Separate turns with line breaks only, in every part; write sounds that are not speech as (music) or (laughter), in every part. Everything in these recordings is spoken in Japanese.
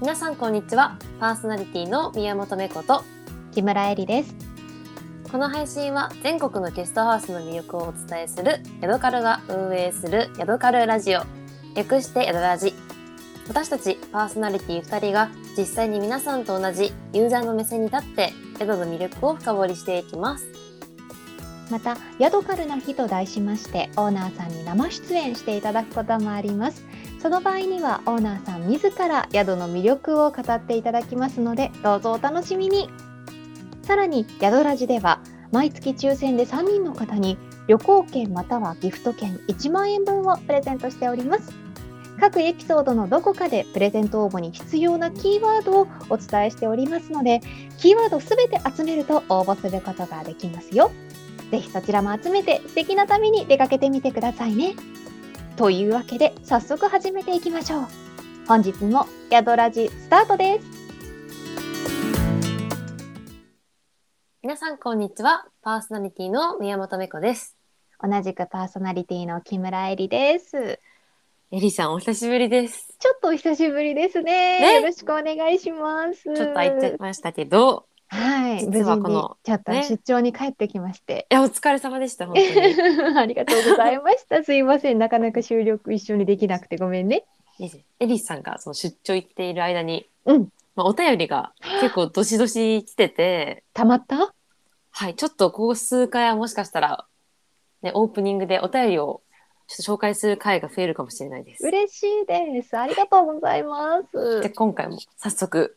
皆さんこんにちはパーソナリティの宮本芽子と
木村えりです。
この配信は全国のゲストハウスの魅力をお伝えするヤドカルが運営するヤドカルラジオ略してヤドラジ私たちパーソナリティ2人が実際に皆さんと同じユーザーの目線に立ってヤドの魅力を深掘りしていきます
また、ヤドカルな日と題しまして、オーナーさんに生出演していただくこともあります。その場合には、オーナーさん自ら宿の魅力を語っていただきますので、どうぞお楽しみに。さらに、宿ラジでは、毎月抽選で3人の方に旅行券またはギフト券1万円分をプレゼントしております。各エピソードのどこかでプレゼント応募に必要なキーワードをお伝えしておりますので、キーワードすべて集めると応募することができますよ。ぜひそちらも集めて素敵な旅に出かけてみてくださいね。というわけで早速始めていきましょう。本日も宿ラジスタートです。
皆さんこんにちはパーソナリティの宮本芽子です
同じくパーソナリティの木村えりです。
エリさんお久しぶりです
ちょっとお久しぶりですね。
ね
よろしくお願いします。ちょ
ちょっと空いちゃいましたけど
はい。
実はこの
無事にちょっと
ね
出張に帰ってきまして。 (laughs)
いやお疲れ様でした本当に
ありがとうございました。すいません。なかなか収録一緒にできなくてごめんね。
いいですエリさんがその出張行っている間に、
うん
まあ、お便りが結構どしどし来てて、
たまった
はい、ちょっとここ数回はもしかしたら、ね、オープニングでお便りをちょっと紹介する回が増えるかもしれないです。
嬉しいです。ありがとうございます。
で今回も早速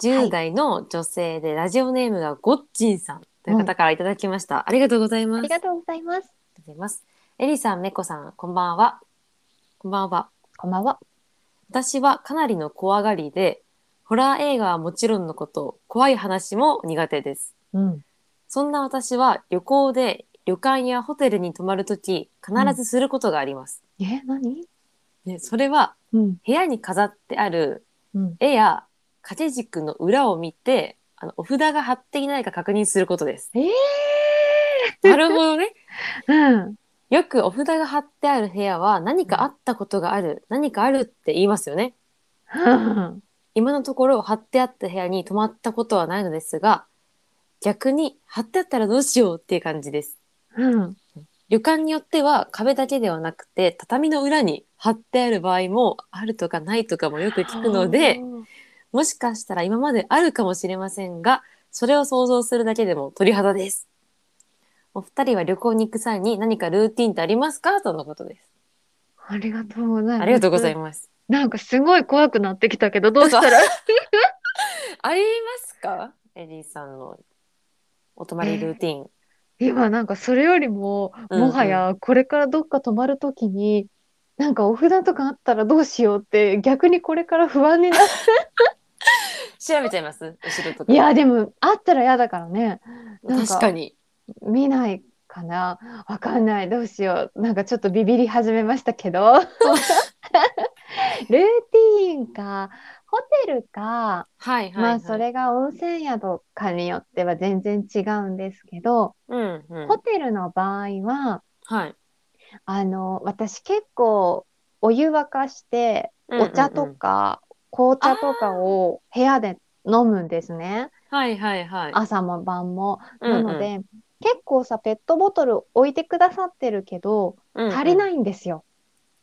10代の女性でラジオネームがゴッチンさんという方からいただきました。ありがとうございます。
ありがとうございます。
ありがとうございます。エリさん、メコさん、こんばんは。こんばんは。
こんばんは。
私はかなりの怖がりで、ホラー映画はもちろんのこと、怖い話も苦手です。
うん。
そんな私は旅行で旅館やホテルに泊まるとき、必ずすることがあります。
え、何？
でそれは
うん。
部屋に飾ってある
うん。
絵や掛け軸の裏を見て、あのお札が貼っていないか確認することです。
ええ
なるほどね。
うん。
よくお札が貼ってある部屋は何かあったことがある、何かあるって言いますよね。
うん。
今のところ貼ってあった部屋に泊まったことはないのですが逆に貼ってあったらどうしようっていう感じです
うん。
旅館によっては壁だけではなくて畳の裏に貼ってある場合もあるとかないとかもよく聞くのでもしかしたら今まであるかもしれませんがそれを想像するだけでも鳥肌ですお二人は旅行に行く際に何かルーティンってありますかとのことです
ありがとうございます。
ありがとうござい
ま
ます
す。なんかすごい怖くなってきたけどどうしたら？
(laughs) ありますかエリーさんのお泊まりルーティン、
今なんかそれよりも
うん
もはやこれからどっか泊まるときに。なんかお札とかあったらどうしようって逆にこれから不安
(laughs)
になる
調べちゃいます後ろとか
いやでもあったら嫌だからねなんか
確かに
見ないかなわかんないどうしようなんかちょっとビビり始めましたけどルーティーンかホテルか、
はいはい、はい、
まあそれが温泉宿かによっては全然違うんですけど、
うんうん
ホテルの場合は
はい
あの私結構お湯沸かしてお
う
茶
ん
と
うんうん
か紅茶とかを部屋で飲むんですね
はいはいはい
朝も晩も。
うんう
なんので、結構さペットボトル置いてくださってるけど、
うんうん
足りないんですよ。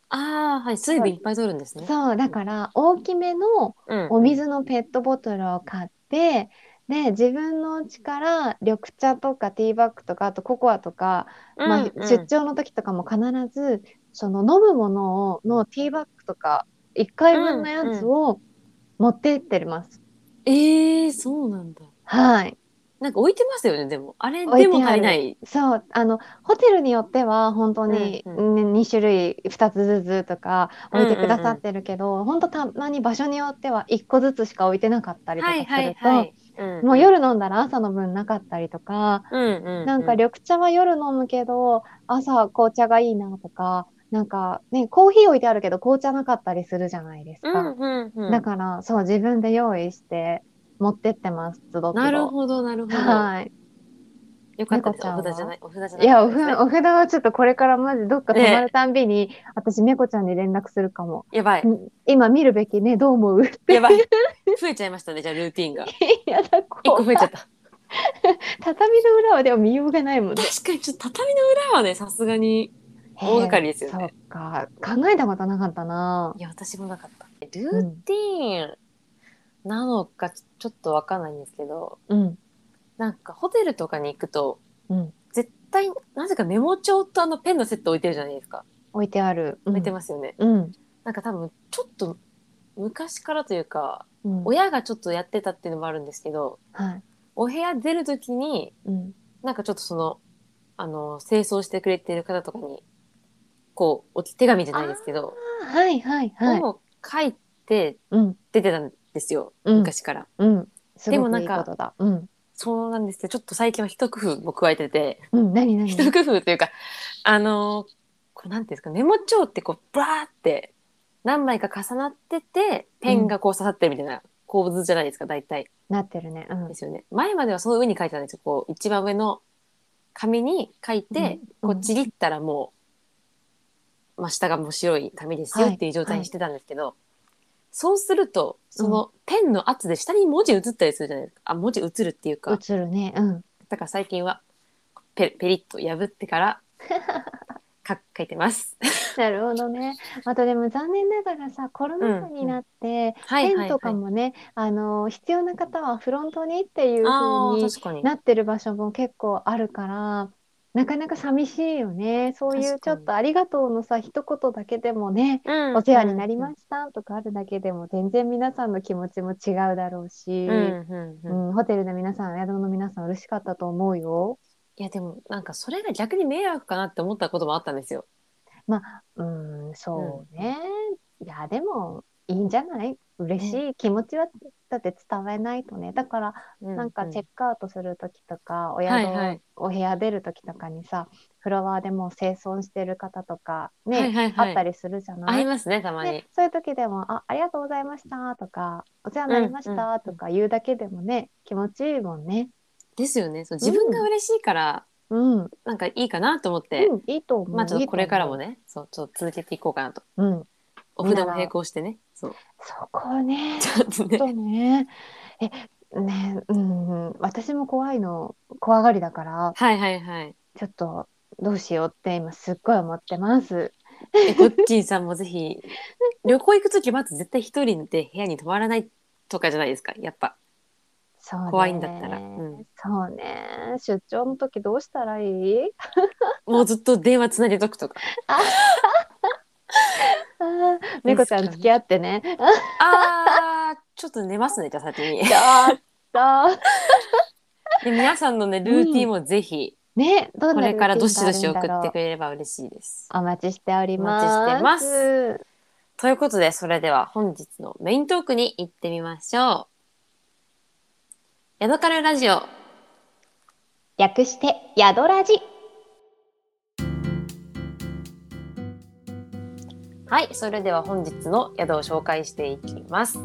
ああはい水分いっぱい取るんですね
そうだから大きめの
うん
お水のペットボトルを買ってで自分の家から緑茶とかティーバッグとかあとココアとか、
うん
まあ、
うん
出張の時とかも必ずその飲むものをのティーバッグとか1回分のやつを持ってってます。
えー、そうなんだ
はい、
なんか置いてますよねでもあれ
置い
で
てある
も足りない
そうあのホテルによっては本当に、
う
ね
んう
2種類2つずつとか置いてくださってるけど、本当たまに場所によっては1個ずつしか置いてなかったりとかすると、
い、うんうん
もう夜飲んだら朝の分なかったりとか、
うんうんうん、
なんか緑茶は夜飲むけど朝紅茶がいいなとかなんかねコーヒー置いてあるけど紅茶なかったりするじゃないです
う
か、
んうんうん
だからそう自分で用意して持ってってますつど
(laughs)
つど
なるほどなるほど
はい
よかったで
猫
す。
ちゃんは
お札じゃない。お札じゃない
やおふお札はちょっとこれからマジどっか泊まるたん
(laughs)
びに、私猫ちゃんに連絡するかも
や (laughs) ばい。
今見るべきねどう思う (laughs) って
やばい。増えちゃいましたね。じゃあルーティンが。
やだ
一個
こう
増えちゃった。
畳の裏はでも見ようがないもんね
確かにちょっと畳の裏はね、さすがに。大掛かりですよね
へえそうか考えたことなかったない
や、私もなかった。ルーティーンなのかちょっとわかんないんですけど、
うん
なんかホテルとかに行くと、
うん
絶対、なぜかメモ帳とあのペンのセット置いてるじゃないですか。
置いてある
置いて
ま
ますよね。
すうん
なんか多分、ちょっと昔からというか、
うん
親がちょっとやってたっていうのもあるんですけど、
はい
お部屋出るときに、
うん
なんかちょっとその、あの、清掃してくれてる方とかに、こう、お手紙じゃないですけど、
あはいはいはい
を書いて
うん
出てたんですよ、
うん
昔から。
うんす
で
ご
も
く
ないん
い
か
ことだうん
そうなんですけど、ちょっと最近は一工夫も加えてて、
うん何何
一工夫というか、あの、こうなんていうんですか、メモ帳ってこう、ブラーって何枚か重なってて、ペンがこう刺さってるみたいな構図じゃないですか、大体。
なってるねうん
ですよね。前まではその上に書いてたんですよ。こう、一番上の紙に書いて、
うん
こ
うん
う、ちぎったらもう、まあ、下がもう白い紙ですよ
はい
っていう状態にしてたんですけど、そうすると、そのペンの圧で下に文字映ったりするじゃないですか。あ、文字映るっていうか、
映るねうん
だから最近は、ペペリッと破って
(laughs)
から、か書いてます。
なるほどね。あとでも残念ながらさコロナ禍になって、
はいはい、は
ペ
い。
ンとかもね、あの必要な方はフロントにっていう
あ
風
ー
に
確かに。
なってる場所も結構あるからなかなか寂しいよねそういう
確
ち
か
ょ
に
っとありがとうのさ一言だけでもね
うん
お世話になりま
し
したとかあるだけでも全然皆さんの気持ちも違うだろうし、
うんうん
う
うん
んホテルの皆さん宿の皆さん嬉しかったと思うよ。
いやでもなんかそれが逆に迷惑かなって思ったこともあったんですよ。
うん、そうね。いや、でも、いいんじゃない嬉しい気持ちは、だって伝えないとね。だから、なんかチェッ
ク、
クアウトするときとか、お
はいはい
宿、お部屋出るときとかにさ、フロアでもう清掃してる方とか、
はい
ね、
はい
あ
はい、
ったりするじゃ
あ
な
り
い
ますねたまに
で。そういう時でも、あ、ありがとうございましたとか、お世話になりましたとか言うだけでもね、気持ちいいもんね。
ですよね。そう自分が嬉しいから、
うん、うん、
なんかいいかなと思って、
いいと思う。
まあちょっ
いい
とこれからも
思う。
ねそうちょっと続けていこうかなと。
うん、
お札も並行してね。
(laughs)
そう
そこね。
ちょっとね。
そうね。 (laughs) え、ね、うん、私も怖いの、怖がりだから、
はいはいはい。
ちょっとどうしようって今すっごい思ってます。
えこっちんさんもぜ
(laughs)
ひ旅行行くときまず絶対一人で部屋に泊まらないとかじゃないですかやっぱ。
そうね
怖いんだったらうん
そうね。出張の時どうしたらいい？ (laughs)
もうずっと電話つないでとくとか。
あー猫ちゃん付き合ってね。
あーちょっと寝ますねじゃあ先に。
ちょっと
で皆さんのねルーティンもぜひ。
ね、どん
こ
な
れから
ル
ど
ーテ
し
ィンがあ
どし送
るんだろう
ってくれれば嬉しいです。
お待ちしており
お
ます。
待ちしてます。ということで、それでは本日のメイントークに行ってみましょう。ヤドカルラジオ。
略してヤドラジ。
はい、それでは本日の宿を紹介していきます。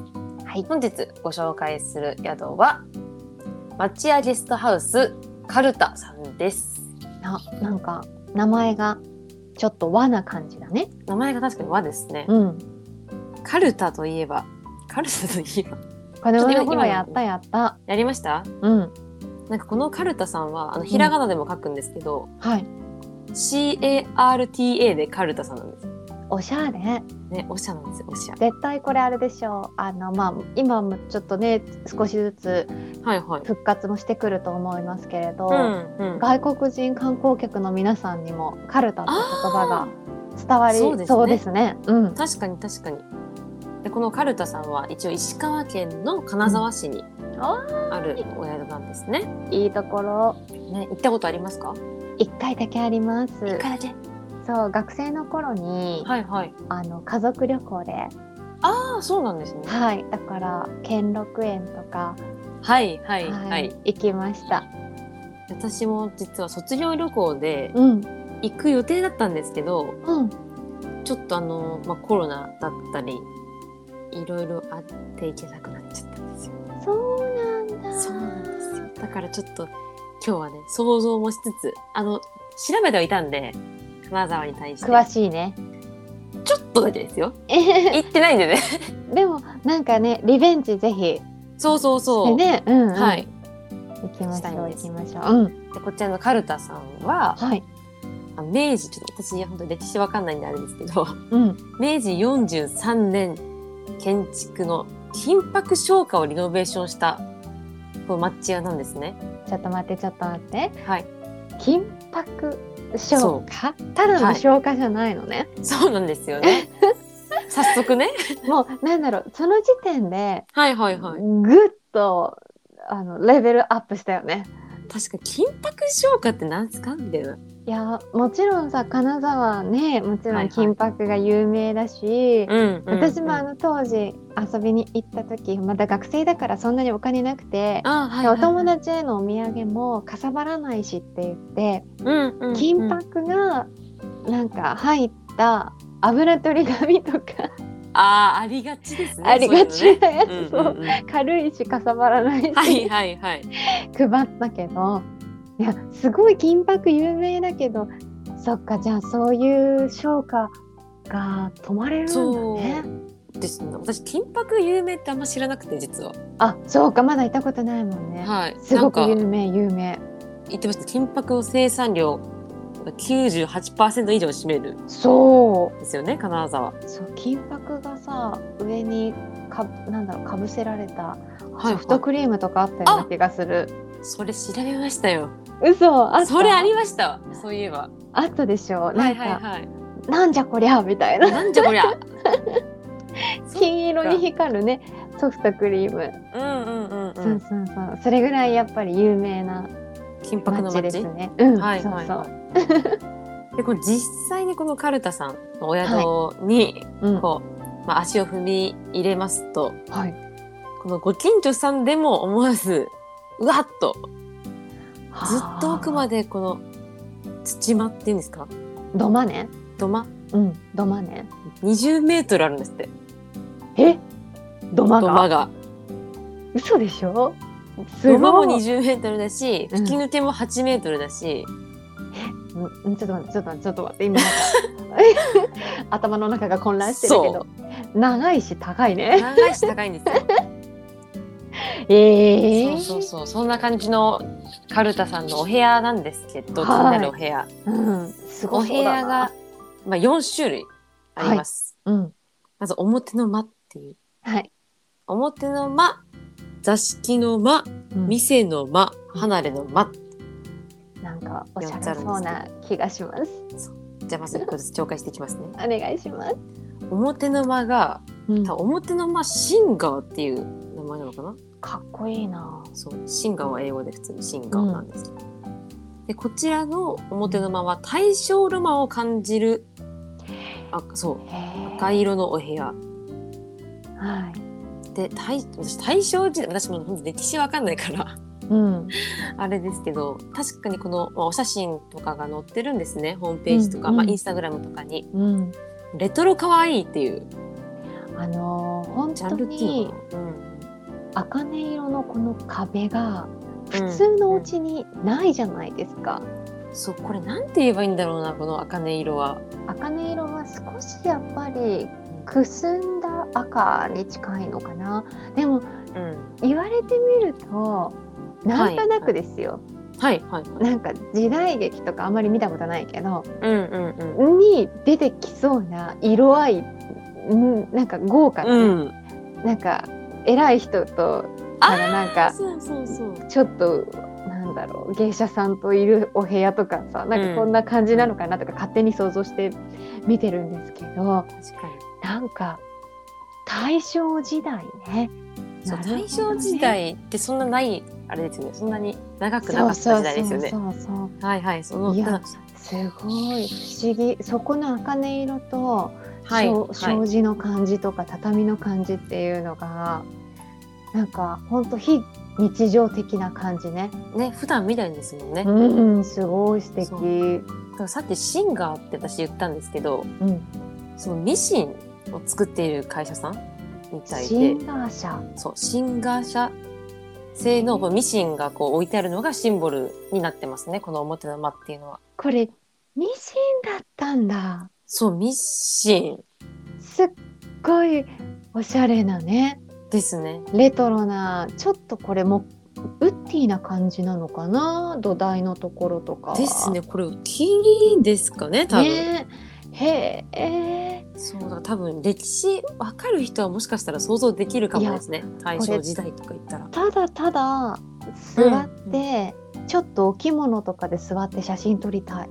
はい。
本日ご紹介する宿は、町屋ゲストハウスカルタさんです。
な、なんか名前がちょっと和な感じだね。
名前が確かに和ですね。
うん。
カルタといえば、カルタといえば、 (laughs)
この前ほ
今
らやったやった。
やりました
うん。
なんかこのカルタさんは、あの、ひらがなでも書くんですけど、
はい。
CARTA でカルタさんなんです。
おしゃれ。
ね、おしゃなんですよ、おしゃ。
絶対これあれでしょう。あのまあ今もちょっとね少しずつ
はいはい。
復活もしてくると思いますけれど、
うん、うん。
外国人観光客の皆さんにもカルタの言葉が
あ
伝わり
そうですね
そうですね。うん
ー。確かに確かに。で、このカルタさんは一応石川県の金沢市に
あ
あるお宿なんですね。
ーいいところ
ね、行ったことありますか
一回だけあります。
一回だけ。
そう学生の頃に、
はいはい。
あの家族旅行で、
ああ、そうなんですね。
はいだから兼六園とか、
はいはいはい。
行きました。
私も実は卒業旅行で
うん
行く予定だったんですけど、
うん。
ちょっとあの、まあ、コロナだったり、いろいろあって行けなくなっちゃったんですよ。
そうなんだ。
そうなんですよ。だからちょっと今日はね想像もしつつあの調べてはいたんで金沢に対して
詳しいね。 (laughs)
ちょっとだけですよ行ってないんでね
でもなんかねリベンジぜひ
そうそうそう、
ね、うんうん、
はい
行きましょう行きましょう、うん、
でこちらのカルタさんは
はい、
あ明治ちょっと私本当歴史わかんないんであれですけど
うん、
明治43年建築の金箔商家をリノベーションしたこうマッチ屋なんですね。
ちょっと待ってちょっと待って
はい、
金箔消化ただの消化じゃない
(laughs)
のね、
そうなんですよ (laughs) ね。早速ね。
もうなんだろうその時点で
はいはいはい。
ぐっとあのレベルアップしたよね
確か金箔商家ってなんすかみたいな。
いやもちろんさ金沢ねもちろ
はいは
ん
い
金箔が有名だし、
うん、
私もあの当時遊びに行った時まだ学生だからそんなにお金なくて、
あ、はい
で
は
お
いはい、
友達へのお土産もかさばらないしって言って、
うんうんうん
金箔がなんか入った油取り紙とか、
あーありがちですね。
ありがちなや
そういう
つ
のね。
を、
うんうんうんは
軽いしかさばらないし、
いはいはい。
配ったけどいやすごい金箔有名だけどそっかじゃあそういう商家が泊まれるん
そ
だね。
うですね。私金箔有名ってあんま知らなくて実は。
あそうかまだ行ったことないもんね。
はい。
すごく
なんか
有名有名。
言ってました金箔の生産量が98%以上を占めるん
そう
ですよね金沢
そう金箔がさ上にかなんだろうかぶせられた
はい
ソフトクリームとかあったような気がする。
それ調べましたよ
嘘あった
それありましたわそういえば
あったでしょ。
は
ないんか、
はいはい
なんじゃこりゃみたいな
なんじゃこりゃそう
金色に光るねソフトクリーム。
うんうんうん
そううんそうそうそれぐらいやっぱり有名な
金箔の
街で
街
すね。うん、
はい
そう
はい
そう。
はいでこの実際にこのカルタさんのお宿に
うん
こう、まあ、足を踏み入れますと
はい。
このご近所さんでも思わずうわっとずっと奥ま
で。
でこの土間っていうんですか
土間ね。
土間
うん土間ね。
20メートルあるんですって
え土間
土
が
間が
嘘でしょすご
土
い
間も20メートルだし
うん
吹き抜けも8メートルだし、
うんちょっと待ってちょっと待ってちょっと待って今 (laughs) 頭の中が混乱してるけど長いし高いね。
長いし高いんですよ、
(laughs) ええ
そ
ー。
うそうそうそんな感じのカルタさんのお部屋なんですけど気に
は
な
い
るお部屋
うんす
お
ご
部
そうだ
屋が
な。、
まあ、4種類あります、
うん
まず表の間っていう
はい。
表の間座敷の間
うん
店の間離れの間
なんかおしゃれそうな気がします。
じゃあまず一個ずつ紹介していきますね
お願いします。
表の間が
うん
多分表の間シンガーっていう名前なのかな
かっこいいな。
そうシンガーは英語で普通にシンガーなんです、でこちらの表の間は大正ロマンを感じるあそう赤
赤
色のお部屋
はい。
で大私大正時代私も本当歴史わかんないから
うん。
あれですけど確かにこの、まあ、お写真とかが載ってるんですねホームページとか、
うんうん
まあ、インスタグラムとかに
うん。
レトロかわいいっていう
あのー本
ジャ
当
ンルっていう
に
のかな、うん
茜色のこの壁が
うん
普通のお家にないじゃないですか。
そうこれなんて言えばいいんだろうなこの茜色は
茜色は少しやっぱりくすんだ赤に近いのかな。でも
うん
言われてみるとなんとなくですよ、
はいはいはい
なんか時代劇とかあんまり見たことないけど
うんうんうん
に出てきそうな色合いんなんか豪華な、
うん、
なんか偉い人と
あ
あのなんか
そうそうそう
ちょっとなんだろう芸者さんといるお部屋とかさなん
うん
かこんな感じなのかなとか勝手に想像して見てるんですけど
確かに
なんか大正時代ね。
そう
なるほどね
大正時代ってそんなないあれですよねそんなに長くなかった時代ですよね
そうそうそうそう
はいはいその
いや
ただ
すごい不思議そこの茜色と
はい
障
はい
障子の感じとか畳の感じっていうのがなんかほんと非日常的な感じね。
ね普段見ないんですもんね、
うん、すごい素敵。
そう
うん
だからさっきシンガーって私言ったんですけどそのミシンを作っている会社さんみたい
シ
で
ンガー社。
そうシンガー社製のこうミシンがこう置いてあるのがシンボルになってますねこの表の間っていうのは。
これミシンだったんだ
そうミシン
すっごいおしゃれなね
ですね。
レトロなちょっとこれもウッディな感じなのかな土台のところとかは
ですねこれ T ですかね多分。
ねへえ
そうだ多分歴史わかる人はもしかしたら想像できるかもですね大正時代とか言ったら。
ただただ座って、ちょっとお着物とかで座って写真撮りたい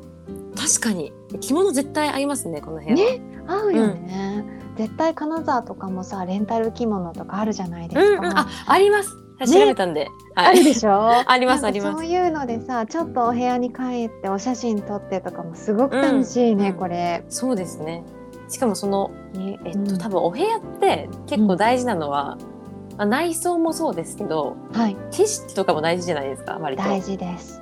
確かに着物絶対合いますねこの辺は。
ね合うよね、絶対金沢とかもさレンタル着物とかあるじゃないですか、
ああります調べたんで、
あ
は
るで
い、
しょ
(laughs) ありますあ
なんか
ります
そういうのでさちょっとお部屋に帰ってお写真撮ってとかもすごく楽しいね、
うん
これ。
そうですねしかもその
ね
えっと、多分お部屋って結構大事なのは、まあ内装もそうですけど
はい
景色とかも大事じゃないですか割と。
大事です。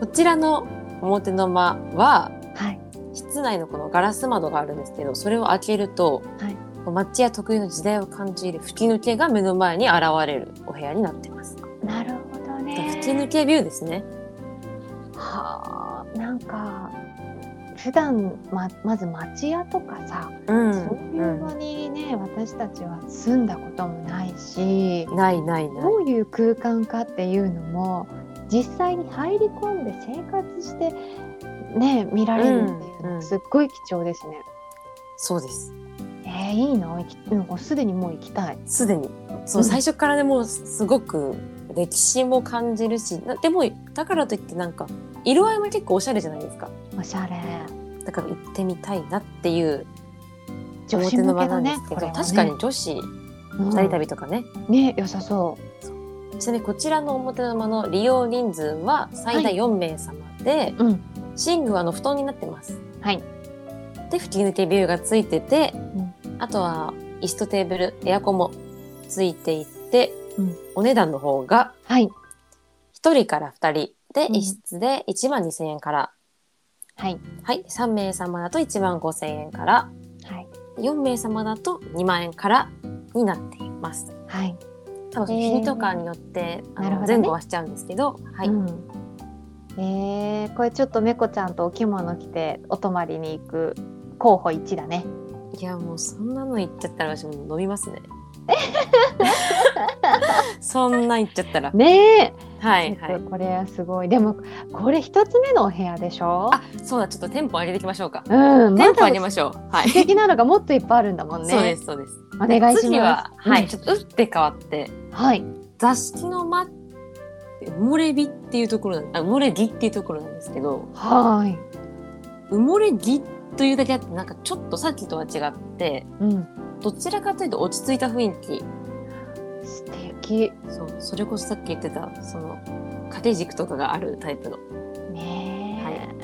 こちらの表の間は
はい
室内のこのガラス窓があるんですけどそれを開けると、
はい
こう町屋特有の時代を感じる吹き抜けが目の前に現れるお部屋になってます。
なるほど
吹き
ね。
抜けビューですね。
はあなんか普段ままず町屋とかさ、
うん
そういう場にね私たちは住んだこともないし、
うんないないない
ど。ういう空間かっていうのも実際に入り込んで生活してね見られ
う
るっていう
ん
の
うん
がすっごい貴重ですね。
そうです。
えー、いいな行きなんかすでにもう行きたい。
すでにそううん最初からでもうすごく歴史も感じるしなでもだからといってなんか色合いも結構おしゃれじゃないですか
おしゃれ。
だから行ってみたいなっていう
女子向けだね
表の場
これはね
確かに女子
うん
二人旅とかね、
ね良さそう。
ちなみにこちらの表の間の利用人数は最
は
大
い
4名様で、
うん
寝具はあの布団になってます
はい
で吹き抜けビューがついてて、
ん
あとは椅子とテーブルエアコンもついていて、
うん
お値段の方が
はい
1人から2人で
うん
1室で1万2,000円から、
はい
はい、3名様だと1万5,000円から
はい
4名様だと2万円からになっています。
はい。
多分
えー
日にとかによって、あ
なるほ
の
どね
前後はしちゃうんですけど、はい、
うんえー、これちょっと猫ちゃんとお着物着てお泊まりに行く候補一だね。
いやもうそんなの言っちゃったら私もう飲みます
(laughs)
ね。そんなん言っちゃったら、
ねえ
はい
ちょ
は
っ
い。
とこれはすごいでもこれ一つ目のお部屋でしょ
あ、そうだちょっとテンポ上げていきましょうか。
うん
テンポ
ま
上げ
だ
ましょう。はい
素。敵なのがもっといっぱいあるんだもんね
そうですそうです。
お願いします
次は、は
う
い、
ん
ちょっと打って変わって。
はい
座敷の間埋もれ火っていうところなんあ埋もれ木っていうところなんですけど
はい
埋もれ木というだけあってなんかちょっとさっきとは違って
うん
どちらかというと落ち着いた雰囲気
素敵
そうそれこそさっき言ってたその縦軸とかがあるタイプの
ね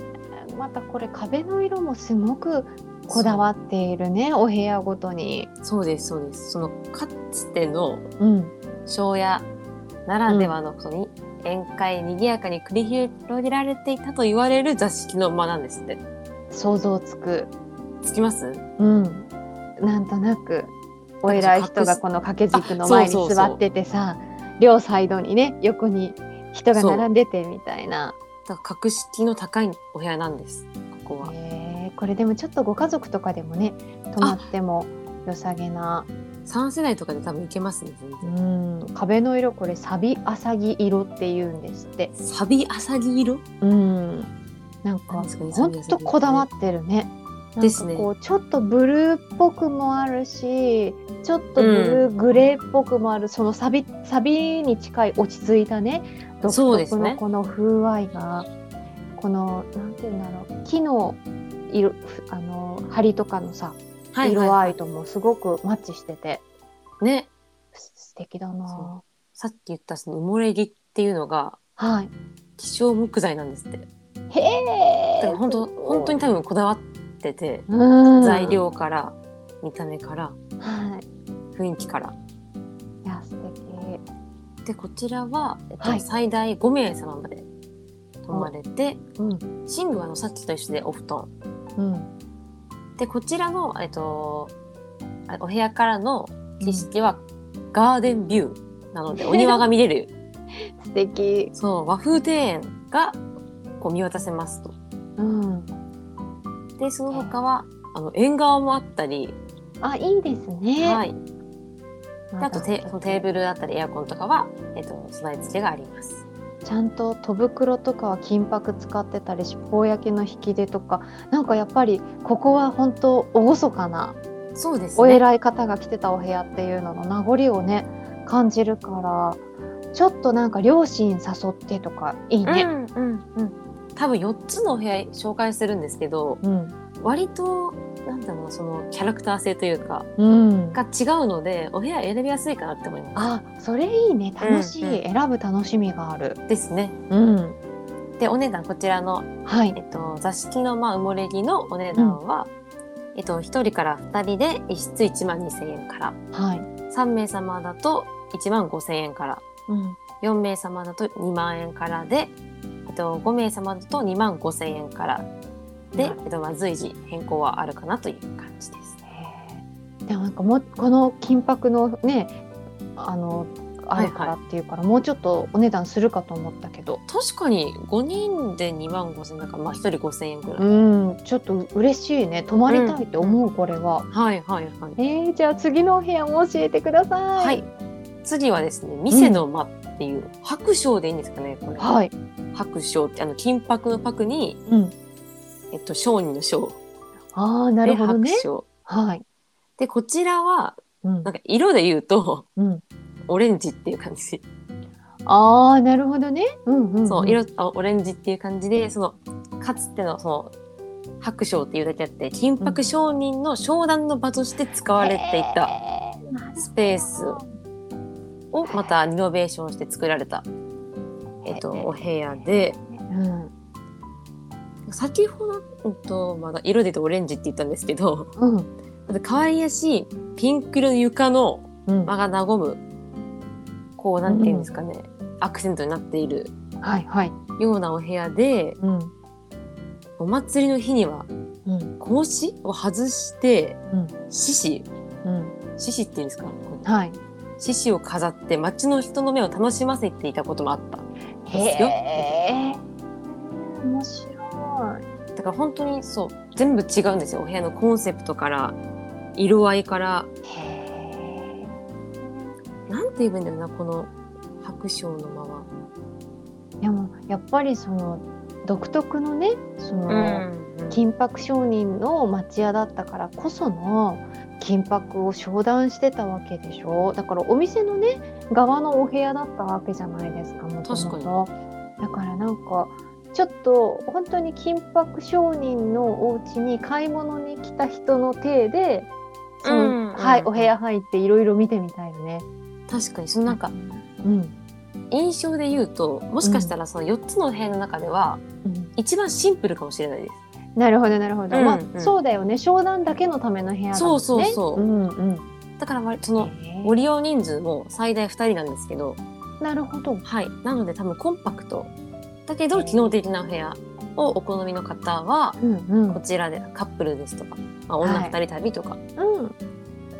え、またこれ壁の色もすごくこだわっているねお部屋ごとに
そうそうですそうですそのかつての
うん
庄屋ならではのその宴会にぎやかに繰り広げられていたと言われる座敷の間なんですって
想像つく
つきます
うんなんとなくお偉い人がこの掛け軸の前
あ
に
そうそうそう
座っててさ両サイドにね横に人が並んでてみたいな
だから格式の高いお部屋なんですここは。
えーこれでもちょっとご家族とかでもね泊まっても良さげな、
三世代とかで多分いけますね全
う
然。
ん、壁の色これサビアサギ色っていうんですって、
サビアサギ色
うん、なん
なん
か
ですかね
ほんとこだわってるね。なん
です
か
ね
こうちょっとブルーっぽくもあるしちょっとブルーグレーっぽくもある、そのサビサビに近い落ち着いたね独
そうです
特
ね
のこの風合いが、このなんていうんだろう木の色ふあの梁とかのさ
は
色合いともすごくマッチしてて
ね
す素敵だな
そさっき言ったその埋もれ木っていうのが
はい
希少木材なんですって。だ
へえ
から本当本当に多分こだわってて、材料から見た目から
はい
雰囲気から。
いや素敵
でこちらは、えっと
はい
最大5名様まで泊まれて
うん
寝具はあのさっきと一緒でお布団。
うん
でこちらの、えっと、あお部屋からの景色はガーデンビューなので、お庭が見れる
素敵。
(laughs) そう和風庭園がこう見渡せますと。
うん。
でその他はあの縁側もあったり、
あ、いいですね。。
はいい、であとテそのテーブルだったりエアコンとかは、えっと備え付けがあります。
ちゃんと戸袋とかは金箔使ってたり、しっぽう焼きの引き出とか、なんかやっぱりここは本当厳かな
そうです
お
ね。
偉い方が来てたお部屋っていうのの名残をね感じるから、ちょっとなんか両親誘ってとかいいね。
うんうんうん。多分4つのお部屋紹介するんですけど
うん。
割となんだろうそのキャラクター性というか
うん。
が違うのでお部屋選びやすいかなって思いま
あ、それいいね。楽しい。
うんうん
選ぶ楽しみがある。
す。ですね。
うん。
でお値段こちらの
はい
え。っと、座敷のまあ埋もれ着のお値段は、えっと、1人から2人で1室1万2000円から
はい。
3名様だと1万5000円から
うん。
4名様だと2万円からで、えっと、5名様だと2万5000円からで、えっとまあ、随時変更はあるかなという感じです。
へーでもなんかもうこの金箔のねあのあ
はいはい
るからっていうから、もうちょっとお値段するかと思ったけど
確かに5人で2万5000円だから、まあ、1人5000円ぐらい。
うんちょっと嬉しいね泊まりたいって思う、これは。
はいはいはい。
えー、じゃあ次のお部屋も教えてください。
はい。次はですね、店の間っていう、白章でいいんですかねこれ。
はい。
白章ってあの金箔の箔に、
うん。
えっと、商人の章
ああな
で、
るほどね。
白章
はい。
でこちらは
うん
なん。か色で言うと (laughs)
うん、
オレンジっていう感じ、
ああなるほどね。うんうん、うん。
そう色あオレンジっていう感じでそのかつてのその白章っていうだけあって金箔商人の商談の場として使われていた
へー。なるほど
スペースをまたリノベーションして作られた、えっと、お部屋で
うん
先ほど、うんとまだ色で言うとオレンジって言ったんですけど
うん
変わりやしいピンク色の床の
うん。
間が和むこうなんていうんですかね、アクセントになっている
はいはい。
ようなお部屋で
うん
お祭りの日には
うん
格子を外して
うん
獅子
うん。
獅子っていうんですか
はい。
獅子を飾って街の人の目を楽しませていたこともあったですよ
へえ。面白い。
だから本当にそう全部違うんですよお部屋のコンセプトから色合いから
へ
なんて言えばいいんだろうなこの白章の間は。
え。でもやっぱりその独特のね、その、
うん
金箔商人の町屋だったからこその金箔を商談してたわけでしょ。だからお店のね側のお部屋だったわけじゃないですか。元々
確
だからなんか。ちょっと本当に金箔商人のお家に買い物に来た人の体で、その
うん
はい、
うん
お部屋入っていろいろ見てみたいよね。
確かにそのなんか
うん、
印象で言うともしかしたらその4つのお部屋の中では一番シンプルかもしれないです。
なるほどなるほど、
うん
ま
う
あ
ん
そうだよね商談だけのための部屋だもんね
そうそうそう
うんうん
だから割とその
へー
ご利用人数も最大2人なんですけど、
なるほど
はい、なので多分コンパクトだけど機能的なお部屋をお好みの方は
うんうん
こちらでカップルですとか、まあ、女
はい
2人旅とか
うん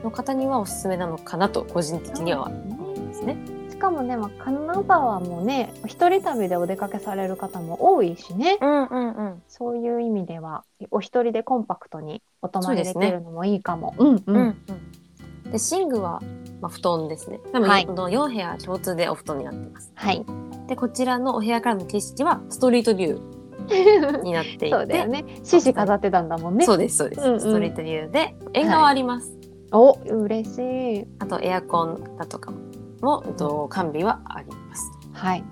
の方にはおすすめなのかなと個人的には思いますね。
しかもね、まあ、金沢もね一人旅でお出かけされる方も多いしね
うんうんうん、
そういう意味ではお一人でコンパクトにお泊
そ
ま
う
り
で
ですき
ね
るのもいいかもうん
う
うん
んうん、で寝具は、まあ、布団ですね多分、
はい
この4部屋共通でお布団になってます。
はい
でこちらのお部屋からの景色はストリートビュ
(laughs)
ーになっていて
そうだよね獅子飾ってたんだもんね
そうですそうです、
うんうん
ストリートビューで縁側あります、
お嬉しい
あとエアコンだとかも、えっと、完備はあります
はい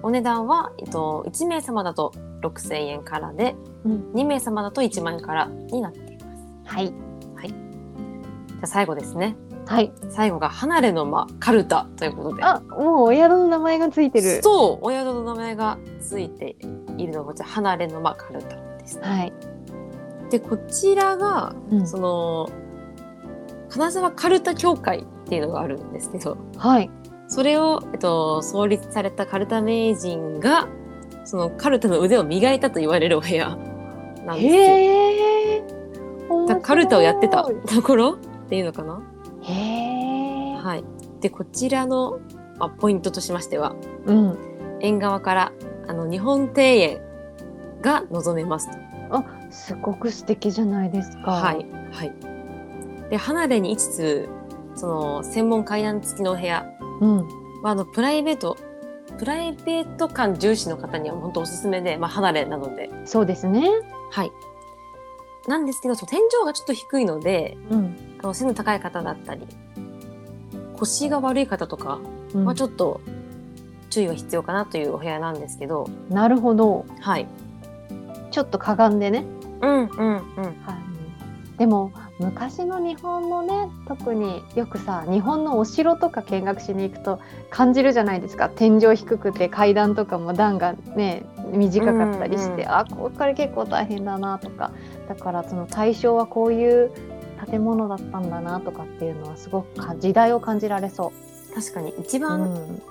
お値段は、えっと、1名様だと6000円からで、
うん
2名様だと1万円からになっています
はい
じゃあ最後ですね
はい
最後が離れの間カルタということで
あもうお宿の名前がついてる
そうお宿の名前がついているのがこちら離れの間カルタです
はい、
でこちらが
うん
その金沢カルタ協会っていうのがあるんですけど
はい
それを、えっと、創立されたカルタ名人がそのカルタの腕を磨いたと言われるお部屋なんですよ。
へえ
だからカルタをやってたところっていうのかな、
へえ
はい、でこちらの、まあ、ポイントとしましては
うん
縁側からあの日本庭園が望めますと。
すごく素敵じゃないですか。
はい。はい、で離れに5つその専門階段付きのお部屋
うん。
まあ、あのプライベートプライベート感重視の方には本当おすすめで、まあ、離れなので
そうですね。
はいなんですけどその天井がちょっと低いので
うん。
あの背の高い方だったり腰が悪い方とか
うん
はちょっと注意が必要かなというお部屋なんですけど、
なるほど。
はい
ちょっとかがんでね。
うんうんうん
はい。でも昔の日本のね特によくさ日本のお城とか見学しに行くと感じるじゃないですか天井低くて階段とかも段がね短かったりして、
うんうん
あここから結構大変だなとかだからその対象はこういう建物だったんだなとかっていうのはすごくか時代を感じられそ
確かに一
う、う
番、
ん、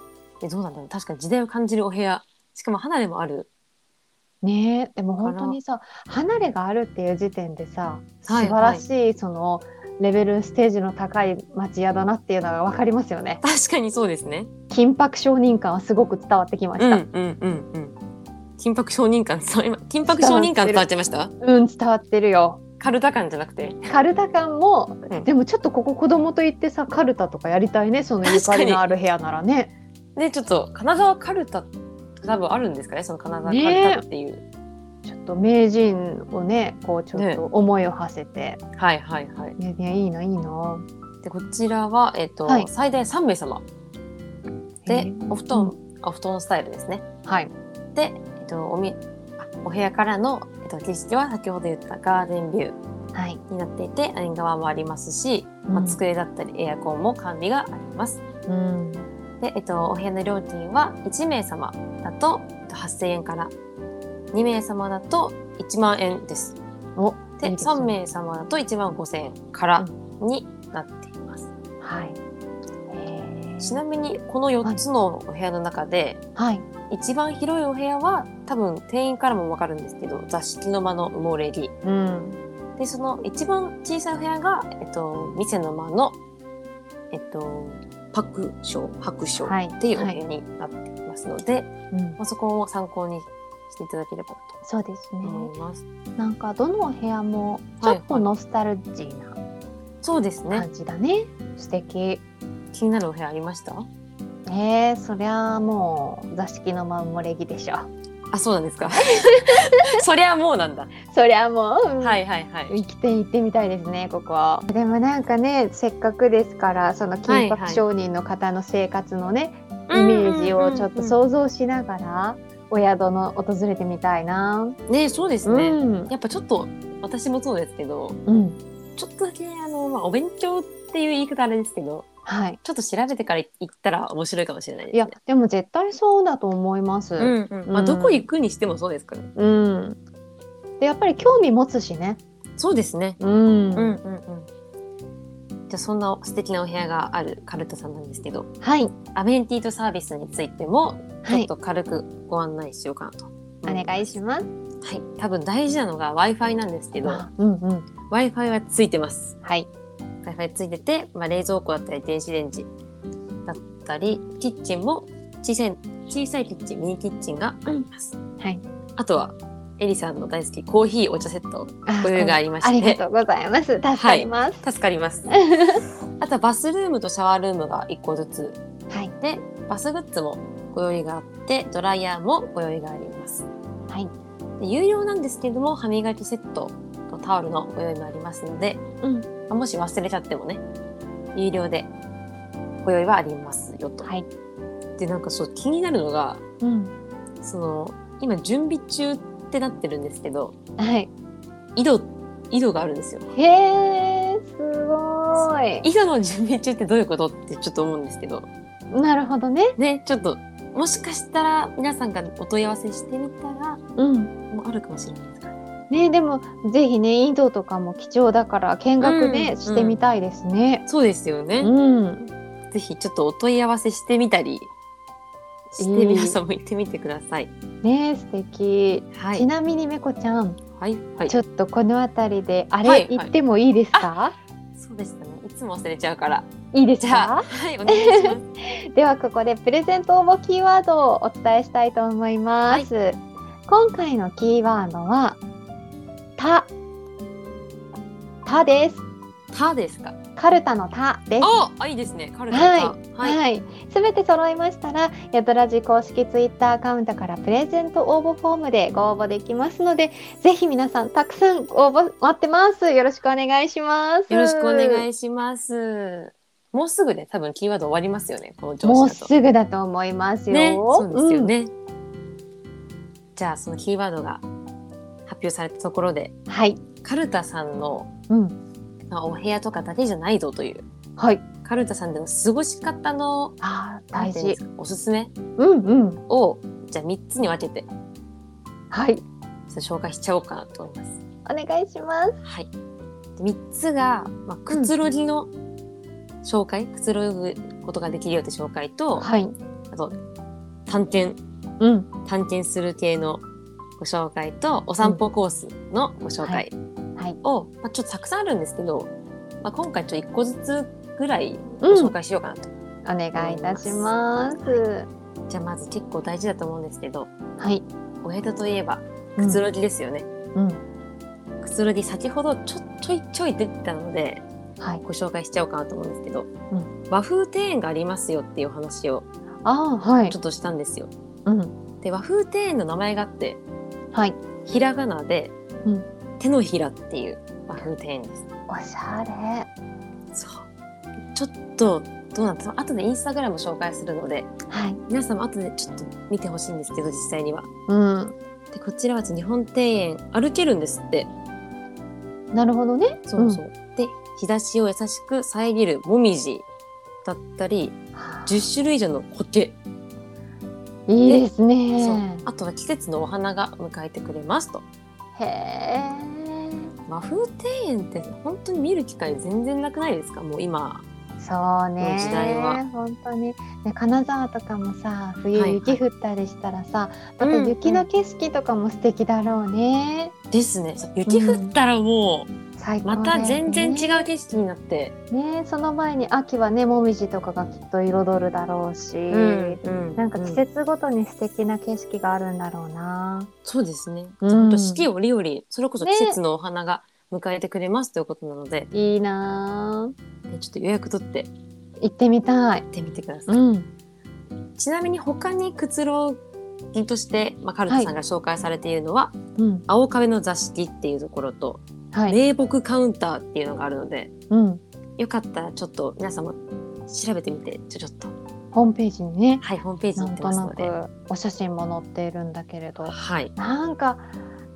えどうなんだろう確かに時代を感じるお部屋しかも離れもある
ねえでも
だから
本当にさ離れがあるっていう時点でさ素
はい
晴らしいそのレベルステージの高い町屋だなっていうのが分かりますよね
確かにそうですね
緊迫承認感はすごく伝わってきました。
うんうんうんうん緊迫承認感そう今緊迫承認感伝わっちゃいました
うん、伝わって
(laughs)
るよ。
カルタ感じゃなくて
カルタ感も、
うん
でもちょっとここ子供と行ってさカルタとかやりたいねそのゆかりのある部屋ならね。
でちょっと金沢カルタ多分あるんですかねその金沢カルタっていう、
ちょっと名人をねこうちょっ
ね
と思いを馳せて、
はいはいはい
ねねいいないいな。
でこちらは、えっと
はい
最大3名様
へ
で
え
お布団、
うん
お布団スタイルですね
はい。
で、えっとおみあお部屋からの、えっと景色は先ほど言ったガーデンビュー
はい。
になっていて縁側もありますし、まあ、机だったりエアコンも完備があります
うん。
で、えっと、お部屋の料金は1名様だとえっと8000円から2名様だと1万円です。
お
で
いいですね
3名様だと1万5000円からになっています。
はい。へえ
ちなみにこの4つのお部屋の中で、
はい。
一番広いお部屋は多分店員からもわかるんですけど座敷の間の埋もれ木
うん。
でその一番小さいお部屋が、えっと、店の間の、えっと、白章白章
はい
っていうお部屋になっていますので、
うん
まあ、そこを参考にしていただければと
そうですね。
思います。
なんかどのお部屋もちょっとノスタルジーな
そうですね。
感じだね。素敵。
気になるお部屋ありました？
えー、そりゃあもう座敷のまんもれぎでしょ。
あ、そうなんです
(laughs)
か。そりゃもうなんだ。
そりゃあもう、うん
はいはいはい。
生きて行ってみたいですねここは。でもなんかねせっかくですからその緊
はいは
迫
い
商人の方の生活のね、イメージをちょっと想像しながらお宿の訪れてみたいな。
うん。ね、そうです
う
ね。
ん、
やっぱちょっと私もそうですけど、
うん、
ちょっとだけあのまあお勉強っていう言い方あれですけど、
はい。
ちょっと調べてから行ったら面白いかもしれないです
い
ね。
やでも絶対そうだと思います。
うんうん。まあ
うん
どこ行くにしてもそうですからね。
うん。でやっぱり興味持つしね。
そうですね。
うん。
うんうんうん。じゃあそんな素敵なお部屋があるカルタさんなんですけど、
はい
アメニティとサービスについてもち
は
ょっ
い
と軽くご案内しようかなと。
お願いします。
ます。はい、多分大事なのが Wi-Fi なんですけど、
うんうん。
Wi-Fi はついてます。
はい。
Wi-Fi ついてて、まあ、冷蔵庫だったり電子レンジだったり、キッチンも小さい小さいキッチン、ミニキッチンがあります。
はい。
あとはエリさんの大好きコーヒーお茶セット
あ
ご用意がありま
あ
し
りが
て
とうございます。助かります。
助かり
(laughs)
ます。あとはバスルームとシャワールームが1個ずつ
はい。
でバスグッズもご用意があってドライヤーもご用意があります、
はい
で有料なんですけれども歯磨きセットとタオルのご用意もありますので、
うん
まあもし忘れちゃってもね有料でご用意はありますよと、
はい。
でなんかそう気になるのが
うん。
その今準備中ってなってるんですけど
はい。
井戸井戸があるんですよ
へえ、すごー
井戸の準備中ってどういうことってちょっと思うんですけど
い。なるほどね。
ねちょっともしかしたら皆さんがお問い合わせしてみたら
うん。
もあるかもしれないですからね。
ね、でも、ぜひね、インドとかも貴重だから、見学ね、
うん
してみたいですね。
そうですよね。
うん。
ぜひちょっとお問い合わせしてみたりして
うん
皆さんも行ってみてください。
ね、素敵。
は
ち
い。
なみに、めこちゃん、
はい。はい
ち。ょっとこの辺りで、あれ、
はいはい
行ってもいいですか。
そうでしたね。いつも忘れちゃうから。
いいです
じゃ
か
あ、はい、お願いし
(laughs)
ます。
ではここでプレゼント応募キーワードをお伝えしたいと思います、今回のキーワードはたたです
たですか。
カルタのたです
お、あ、いいですね。カルタのた。はい。はい。
はい、すべて揃いましたら、ヤドラジ公式ツイッターアカウントからプレゼント応募フォームでご応募できますので、ぜひ皆さんたくさん応募待ってます。よろしくお願いします。
よろしくお願
い
いします。もうすぐね、多分キーワード終わりますよね。この調
もう
子だと。
すぐだと思いますよ。
ね、そうですよね。じゃあ、そのキーワードが発表されたところで、
うんはい、
カルタさんの、
うん、
まあ、お部屋とかだけじゃないぞという。
はい、
カルタさんでの過ごし方の
あー
なん
大
ていうんで
事
す。かおすすめ
うんうん、
をじゃあ3つに分けてちょ
はい、
っと紹介しちゃおうかなと思います。
お願いします。
はい、で3つが、まあ、くつろぎの紹介、くつろぐことができるよって紹介と、
はい、
あと探検
うん、
探検する系のご紹介とお散歩コースのご紹介
はい、
を、まあ、ちょっとたくさんあるんですけど、まあ、今回ちょっと1個ずつぐらいご
うん、
紹
お
介しようかなと。
願いいたします。
じゃあまず結構大事だと思うんですけど
はい、
お江戸といえばくつろぎですよね。
うん、
くつろぎ先ほどちょちょいちょい出てたので
はい、
ご紹介しちゃおうかなと思うんですけど、和風庭園がありますよっていうお話を
あー、はい
ちょ、っとしたんですよ。
うん、
で和風庭園の名前があって
はい、
ひらがなで、
うん
手のひらっていう和風庭園です。
おしゃれ。
そうちょっとどうなんですか後でインスタグラム紹介するので
はい。
皆さんも後でちょっと見てほしいんですけど実際には。
うん。
でこちらは日本庭園歩けるんですって。
なるほどね。
そうそう。で、日差しを優しく遮るもみじだったり、10種類以上の苔。
いいです
そう
ね。
あとは季節のお花が迎えてくれますと。
へえ。
和風庭園って本当に見る機会全然なくないですかもう今。
そ
こ
う
の
ね。
時代は
本当に。ね、金沢とかもさ、冬
はい
雪降ったりしたらさ、
うん
また雪の景色とかも素敵だろうね。
ですね。そう雪降ったらも
最
う、
高だ
ま
よね。
た全然違う景色になって。
ね、その前に秋はね、もみじとかがきっと彩るだろうし。
うん
なんか季節ごとに素敵な景色があるんだろうな。
そうですね。
うん
ちょっと四季折々、それこそ季節のお花が迎えてくれますということなので、
いいなあ。
ねちょっと予約取って行
行ってみたい。
ってみてください。
うん。
ちなみに他にくつろぎとして、まあ、カルタさんが紹介されているのは、
うん。
青壁の座敷っていうところと、
はい。
霊木カウンターっていうのがあるので
うん、
よかったらちょっと皆さんも調べてみてちょちょっと
ホームページにね
はいホームページ
な
に載っ
ん
て
と
ます
な
ので
くお写真も載っているんだけれど
はい
なんか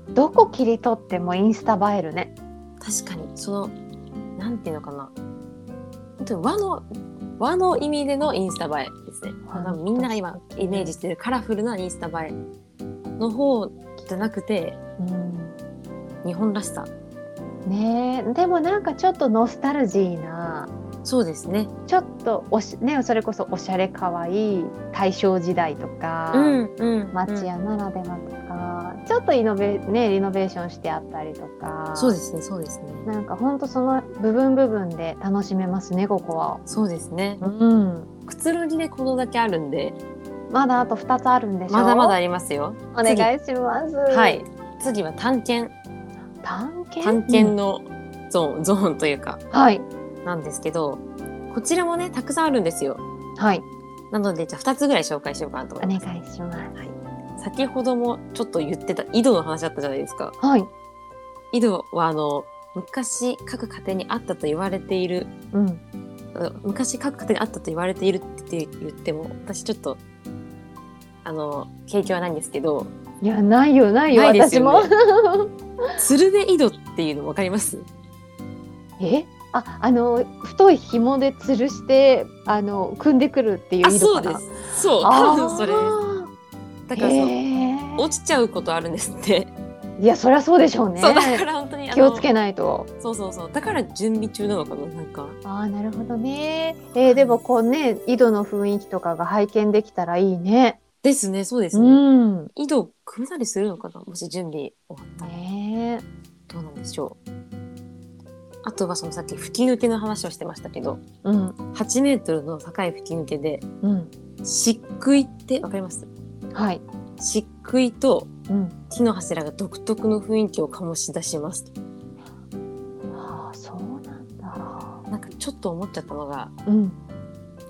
どこ切り取ってもインスタ映えるね
確かにそのなんていうのかな本当に和の和の意味でのインスタ映えですね
本当
多分みんなが今イメージしてるカラフルなインスタ映えの方じゃなくて
うん
日本らしさ
ねえでもなんかちょっとノスタルジーな
そうですね
ちょっとおし、ね、それこそおしゃれかわいい大正時代とか、
うん
町屋ならではとか、ちょっとイノベ、ね、リノベーションしてあったりとか
そうですね、そうですね。
なんかほんとその部分部分で楽しめますねここは。
そうですね。
うん、
くつろぎでこのだけあるんで、
まだあと2つあるんでしょ
まだまだありますよ。
お願いします。
は。い。次は探検、
探検。
探検のゾーン、 (laughs) ゾーンというか、
はい。
なんですけど、こちらもね、たくさんあるんですよ。
はい。
なので、じゃあ2つぐらい紹介しようかなと
お
思
願
い
い
ます。
します。
先ほどもちょっと言ってた井戸の話だったじゃないですか。
はい。
井戸はあの、昔各家庭にあったと言われている、
うん。
うん昔各家庭にあったと言われているって言っても、私ちょっと、あの、経験はないんですけど、
いや、ないよ、ないよ、
ないです
私も
よ。鶴瓶井戸っていうの分かります
え。あ、あの、太い紐で吊るして、あの、組んでくるっていう
あ
井
そ
戸か
うで
な。
すそう
あ
多
ー
分それですだからその
へー
落ちちゃうことあるんですって、
いや、そりゃそうでしょうね。
そうだから本当にあの
気をつけないと。
そうそうそうだから準備中なのかななんか
ああ、なるほどね。えー、でも、こうね、井戸の雰囲気とかが拝見できたらいいね。
ですねそうです
う
ね、
ん。
井戸組んだりするのかなもし準備終わったら
ねえ。
どうなんでしょうあとはそのさっき吹き抜けの話をしてましたけど
うん
8メートルの高い吹き抜けで
うん
漆喰ってわかります
はい
漆喰と
うん
木の柱が独特の雰囲気を醸し出します
ああそうなんだ
なんかちょっと思っちゃったのが
うん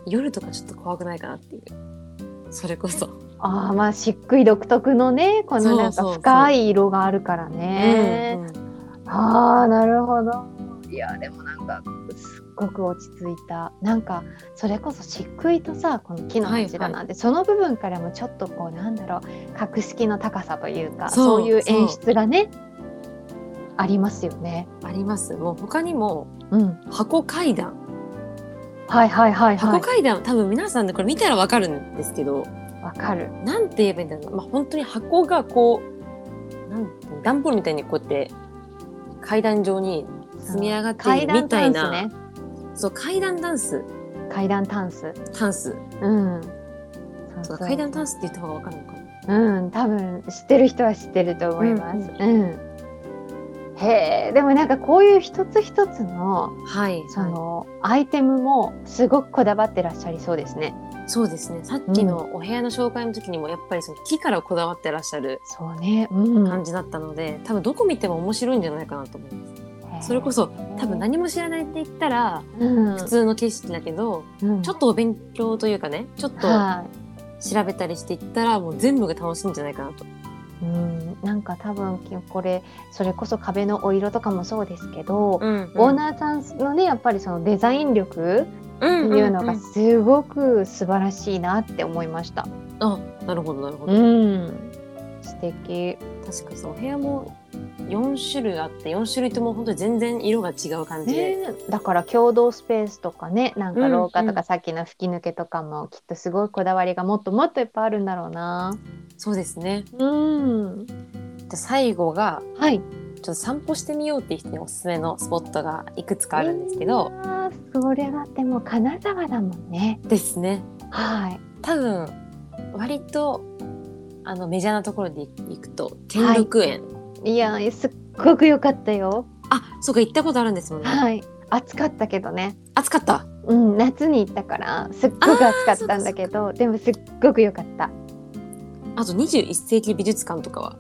夜とかちょっと怖くないかなっていうそれこそ
ああまあ漆喰独特のねこのなん
そうそ
か
うそう
深い色があるからね
うんうん
ああなるほどいやでもなんかすっごく落ち着いたなんかそれこそ漆喰とさこの木の柱なんて、その部分からもちょっとこうなんだろう格式の高さというか
そ
そうういう演出がねありますよね。
ありますもう他にも
うん、
箱階段
はいはいはいは
箱
い。
階段、多分皆さんでこれ見たらわかるんですけど
わかる。
なんて言えばいいんだろう、まあ、本当に箱がこうなんていうの段ボールみたいにこうやって階段上に積み上がってい
階
る
段
みた
タ
い
ンス
な、
ね。
そう階段ダンス
階段タンス。
タンス
うん。
そうか階段ダン
ス。
スって言った方がわかるのかな
うん、多分知ってる人は知ってると思います。
う
うん、へえ、でもなんかこういう一つ一つの、
はい
その、アイテムもすごくこだわってらっしゃりそうですね。
そうですねさっきのお部屋の紹介の時にもやっぱりその木からこだわってらっしゃる
そうね。うん。
感じだったので、多分どこ見ても面白いんじゃないかなと思います
へえ
それこそ多分、何も知らないって言ったら
うん、
普通の景色だけど、
うん
ちょっとお勉強というかねちょっと
はい。
調べたりしていったらもう全部が楽しいんじゃないかなと。
うん、なんか多分きこれそれこそ壁のお色とかもそうですけど、
うん
オーナーさんのねやっぱりそのデザイン力って
ー
いうのがすごく素晴らしいなって思いました。
あなるほどなるほど、
うん、素敵。
確かにそのお部屋も4種類あって4種類とも本当に全然色が違う感じで、
ね、だから共同スペースとかねなん
う
か
ん
廊下と
うん
かさっきの吹き抜けとかもきっとすごいこだわりがもっともっといっぱいあるんだろうな。
そうですね
うん、
じゃあ最後が
はい。
ちょっと散歩してみようっていう人におすすめのスポットがいくつかあるんですけど、
いやー。そりゃだってもう金沢だもんね。
ですね
はい。
多分割とあのメジャーなところで行くと兼六園、
いやーすっごく良かったよ。
あそうか行ったことあるんですもんね、
はい。暑かったけどね。
暑かった
うん、夏に行ったからすっごく暑かったんだけどでもすっごく良かった
あと21世紀美術館とかは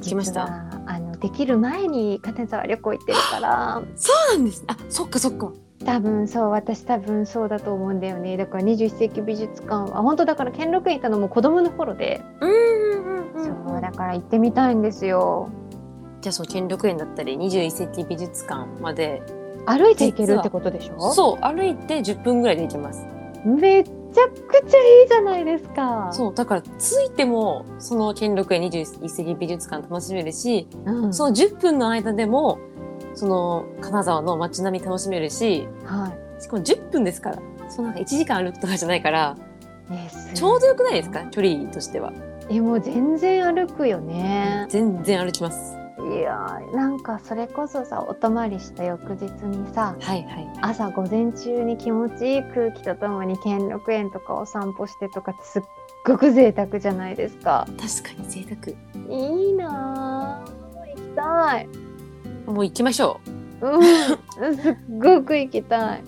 来ました
実はあのできる前に金沢旅行行ってるから
そうなんですあそっかそっか
多分そう私多分そうだと思うんだよねだから21世紀美術館は本当だから兼六園行ったのも子供の頃で、
うんうん
そうだから行ってみたいんですよ
じゃあその兼六園だったり21世紀美術館まで
歩いて行けるってことでしょ
そう歩いて10分ぐらいで行けます
めちゃくちゃいいじゃないですか
そうだから着いてもその兼六園21世紀美術館楽しめるし、
うん
その10分の間でもその金沢の街並み楽しめるし
はい
しかも10分ですからそのなんか1時間歩くとかじゃないから
ねす
ちょうどよくないですか距離としては
えもう全然歩くよね
全然歩きます
いやーなんかそれこそさお泊まりした翌日にさ
はいはい
朝午前中に気持ちいい空気とともに兼六園とかお散歩してとかってすっごく贅沢じゃないですか
確かに贅沢
いいなー行きたい
もう行きましょ、
うんすっごく行きたい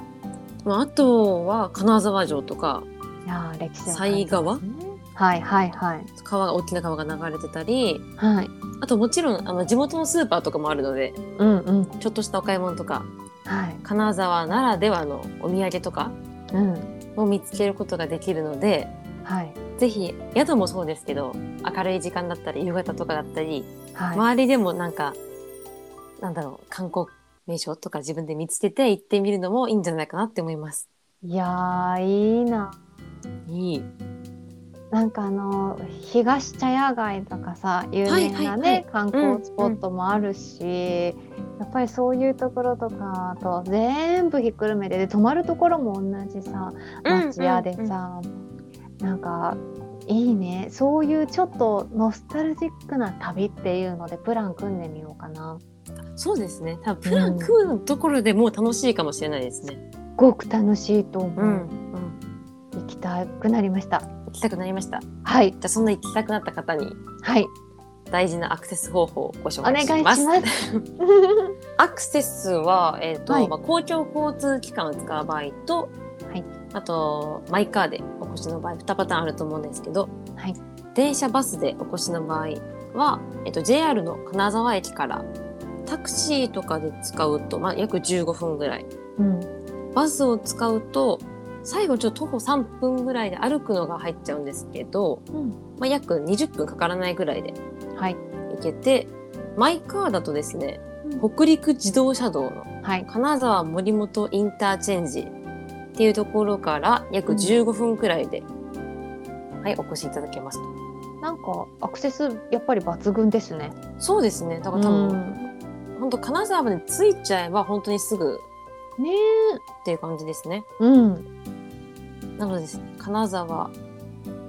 う
まあ、あとは金沢城とか
いやー歴史を感じ
犀川
ますねはいはいはい
川が大きな川が流れてたり
はい
あともちろんあの地元のスーパーとかもあるので
うんうん
ちょっとしたお買い物とか
はい
金沢ならではのお土産とか
うん
も見つけることができるので
はい
ぜひ宿もそうですけど明るい時間だったり夕方とかだったり、
はい、
周りでもなんかなんだろう観光名所とか自分で見つけて行ってみるのもいいんじゃないかなって思います。
いやーいいない
い。
なんかあの東茶屋街とかさ有名なね、
はいはいはい
観光スポットもあるし、やっぱりそういうところとかあと全部ひっくるめてで泊まるところも同じさ町屋でさ、なんかいいねそういうちょっとノスタルジックな旅っていうのでプラン組んでみようかな
そうですね。多分プラン組むところでもう楽しいかもしれないですね。
すごく楽しいと思
う
う、
ん。うん。
行きたくなりました
行きたくなりました。じ
はい
ゃあそんな行きたくなった方に
はい
大事なアクセス方法をご紹
お
介
願
し
いしま
ますす。アクセスは、えーと
はい
まあ、公共交通機関を使う場合と、
はい
あとマイカーでお越しの場合2パターンあると思うんですけど、
はい
電車バスでお越しの場合は、えー、と JR の金沢駅からタクシーとかで使うと、まあ、約15分ぐらい
(laughs) うん、
バスを使うと最後ちょっと徒歩3分ぐらいで歩くのが入っちゃうんですけど、
うん、
まあ、約20分かからないぐらいで
はい、
行けてマイカーだとですね
うん
北陸自動車道の
はい、
金沢森本インターチェンジっていうところから約
うん
15分くらいで、はい、お越しいただけますと。
なんかアクセスやっぱり抜群ですね。
そうですね。だから多分、本当金沢まで着いちゃえば本当にすぐ
うんね
っていう感じですね。
え、うん、
なので、金沢、ま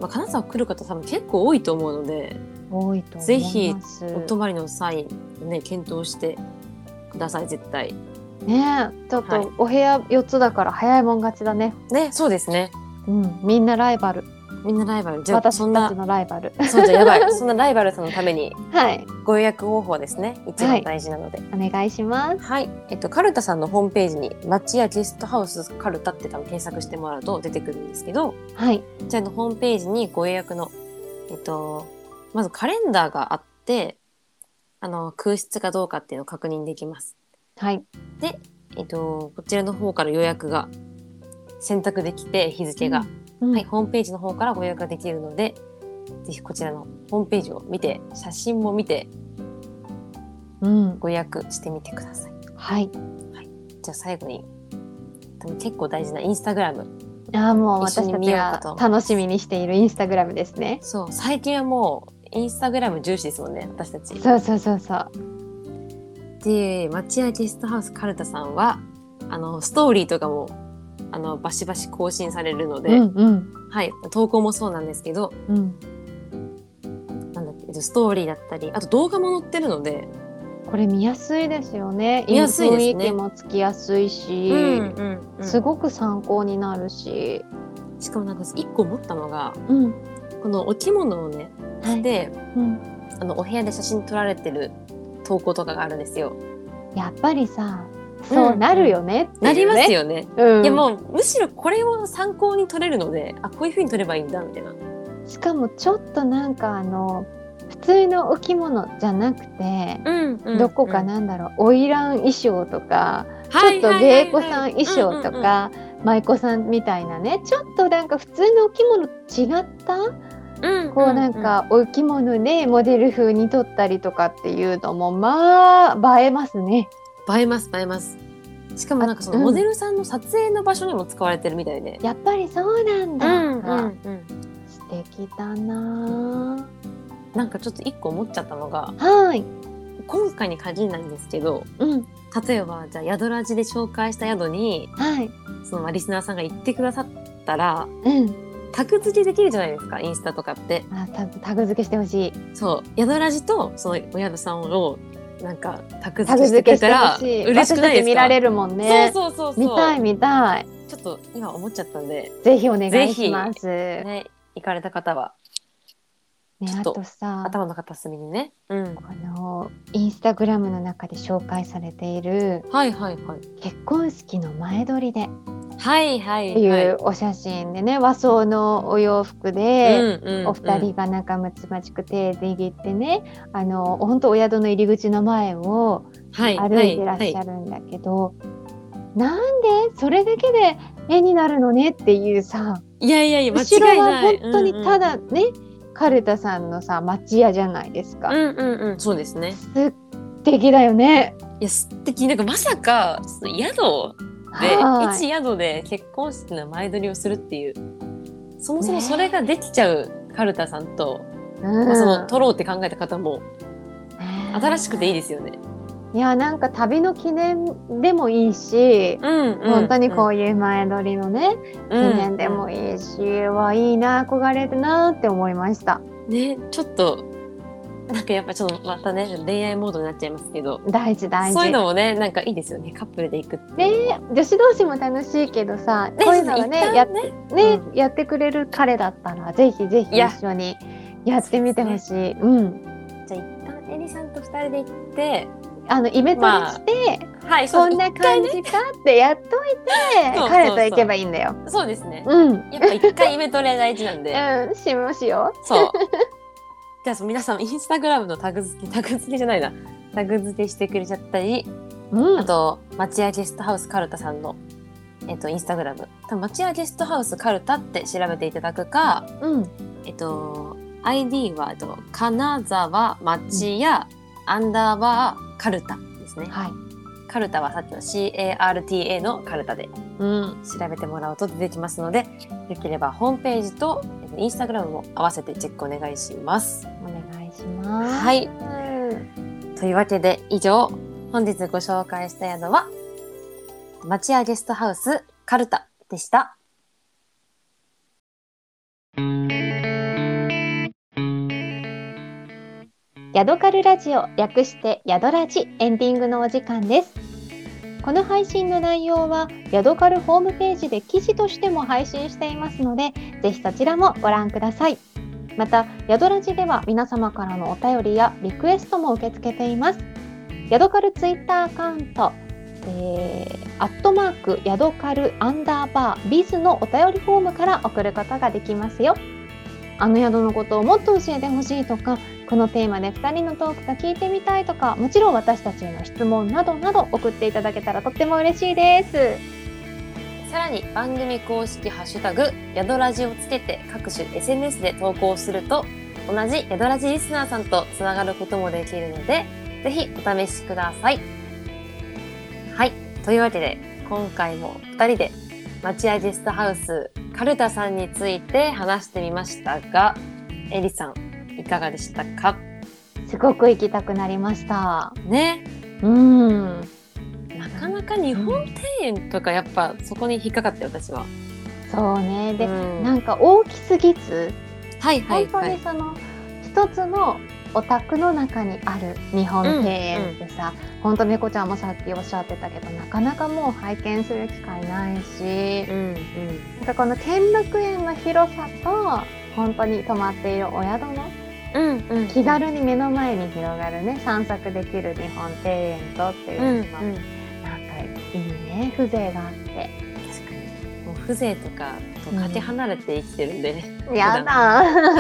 あ、金沢来る方多分結構多いと思うので、
多いと思います。
ぜひお泊まりの際、ね、検討してください、絶対。
ねえ、ちょっ
はい
とお部屋四つだから早いもん勝ちだね。
ね、そうですね。
うん、みんなライバル、
みんなライバル。じゃあ、
私
そん
たち
な、
のライバル。
そうじゃやばい。そんなライバルさんのために、
はい、
ご予約方法ですね。一
は
番
い
大事なので。
お願いします。
はい、えっと、カルタさんのホームページに「町やゲストハウスカルタ」って多分検索してもらうと出てくるんですけど
はい、
こちらのホームページにご予約の、えっと、まずカレンダーがあってあの空室かどうかっていうのを確認できます。
はい、
えっと、こちらの方から予約が選択できて日付が、
うん、
はい、ホームページの方からご予約ができるのでぜひこちらのホームページを見て写真も見て
うん、
ご予約してみてください。
はい、
じゃあ最後に多分結構大事なインスタグラム
ああ、もう
一緒
私
に
た
見
ち
ようか
が
と思います
楽しみにしているインスタグラムですね。
そう最近はもうインスタグラム重視ですもんね私たち。
そうそうそうそう。
で町屋ゲストハウスカルタさんはあのストーリーとかもあのバシバシ更新されるので、
うん、うん、
はい、投稿もそうなんですけど
うん、
なんだっけえっとストーリーだったりあと動画も載ってるので、
これ見やすいですよね。
見やすいですね
雰囲気もつきやすいし、
うんうん
すごく参考になるし。
しかもなんか一個思ったのが
うん、
このお着物をね
はい
着て、
うん、
あのお部屋で写真撮られてる投稿とかがあるんですよ。
やっぱりさ、そうなるよねって
な
いうね
ります。よね。
うん、
いやもうむしろこれを参考に撮れるのであこういうふうに撮ればいいんだみたいな。
しかもちょっとなんかあの普通のお着物じゃなくて、どこかなんだろう花魁衣装とか、ちょっと芸妓さん衣装とか、舞妓さんみたいなねちょっとなんか普通のお着物違った、こうなんかお着物でモデル風に撮ったりとかっていうのもまあ映えますね。
映えます映えますしかもなんかその
あうん
モデルさんの撮影の場所にも使われてるみたいで
やっぱりそうなんだ、
うん
素敵だな
なんかちょっと一個思っちゃったのが
あはい、
今回に限らないんですけど
うん、
例えばじゃあ宿ラジで紹介した宿に
はい、
そのまあリスナーさんが行ってくださったら
うん、
タグ付けできるじゃないですかインスタとかって
あタタグ付けしてほしい。
そう宿ラジとそのお宿さんをなんかタグ
タ
付
グ
けしてくれ
付けし
た
て
ら
ほし
嬉しく
い。
ない
私た
で
ち
す
見ら
か
れるもんね。
そうそうそうそう
見たい見たい。
ちょっと今思っちゃったんで、
ぜひお願いします。ね、
ね、行かれた方はちょ
あ
っと
とさ、
頭の片隅にね、うん、
このインスタグラムの中で紹介されている
はいはいはい
結婚式の前撮りでっ
はいはい
て
はいいう
お写真でね、和装のお洋服で。
うんうんうん
お二人がなんかむつまじく手握ってね、あの本当お宿の入り口の前を
はい
歩いてらっしゃるんだけど、なんでそれだけで絵になるのねっていうさ
いやいやいや間
後ろ
違い
は
ない
本当にただね、カルタさんのさ町屋じゃないですか、
うんうんうんそうですね
素敵だよね
いや素敵なんかまさかその宿で
は
一宿で結婚式の前撮りをするっていうそもそもそれができちゃうカルタさんと、
い
まあその
うん
撮ろうって考えた方も新しくていい
い
ですよね。
いやなんか旅の記念でもいいし、
うん
本当にこ
いう
いう前撮りのね、
う
記念でもいいし、はいいな憧れるなって思いました
ねちょっとなんかやっぱちょっとまたね恋愛モードになっちゃいますけど
大事大事
そういうのもねなんかいいですよねカップルで行くって
ね女子同士も楽しいけどさ、こういうのがねやっ
ね
ね、
う
やってくれる彼だったらぜひぜひ
いや
一緒にやってみてほしい。うん、
じゃあ一旦エリさんと二人で行って
あのイベントにして、
はい
こ
そうん一
な
回
感
ね
じかってやっといて、
そうそうそう
彼と行けばいいんだよ。
そうですね
うん。
やっぱ一回イベント例大事なんで
(laughs) うん、しようしよ
そう。じゃあその皆さんインスタグラムのタグ付けタグ付けじゃないなタグ付けしてくれちゃったり、
う。うん
あと町屋ゲストハウスカルタさんのえっとインスタグラム多分町屋ゲストハウスカルタって調べていただくか
うん。
えっと ID はえっと金沢町屋アンダーバーカルタですね。
はい。
カルタはさっきの CARTA のカルタで
うん。
調べてもらうと出てきますので、よければホームページとえっとインスタグラムも合わせてチェックお願いします。
お願いします。。
はいい。というわけで以上、本日ご紹介した宿は、町屋ゲストハウスカルタでした。
ヤドカルラジオ略してヤドラジエンディングのお時間です。この配信の内容はヤドカルホームページで記事としても配信していますので、ぜひそちらもご覧ください。また、ヤドラジでは皆様からのお便りやリクエストも受け付けています。ヤドカルツイッターアカウント、えー、アットマークヤドカルアンダーバービズのお便りフォームから送ることができますよ。あの宿のことをもっと教えてほしいとか、このテーマで2人のトークが聞いてみたいとかもちろん私たちへの質問などなど送っていただけたらとっても嬉しいです
さらに番組公式ハッシュタグ、ヤドラジをつけて各種 SNS で投稿すると、同じヤドラジリスナーさんとつながることもできるので、ぜひお試しください。はい。というわけで、今回も2人で町屋ゲストハウス、カルタさんについて話してみましたが、エリさん、いかがでしたか
すごく行きたくなりました
ね。
うん
なかなか日本庭園とかやっぱそこに引っかかって私は。
そうねで、
うん
なんか大きすぎず
はいは
本
い
当
はい
に。その一つのお宅の中にある日本庭園ってさ、ほんと猫ちゃんもさっきおっしゃってたけどなかなかもう拝見する機会ないし
うんうん。
なんかこの兼六園の広さと本当に泊まっているお宿の
うんうん、
気軽に目の前に広がるね散策できる日本庭園とっていう
うんう
の
ん、
が、なんかいいね風情があって
確かにもう風情とかとかけ離れて生きてるんで、ね
やだ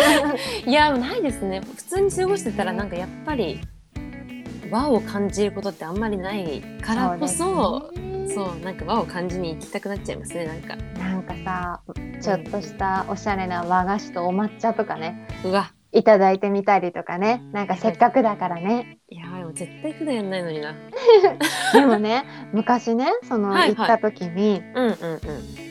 いやないですね普通に過ごしてたらなんかやっぱり和を感じることってあんまりないからこそ
う
そう,、
ね
なんか和を感じに行きたくなっちゃいますねなんか
なんかさちょっとしたおしゃれな和菓子とお抹茶とかね
うわ
いただいてみたりとかねなんかせっかくだからね
やばいもう絶対普段やんないのにな
でもね昔ねその
はい
行っ
はい
た時に、
うんうんうん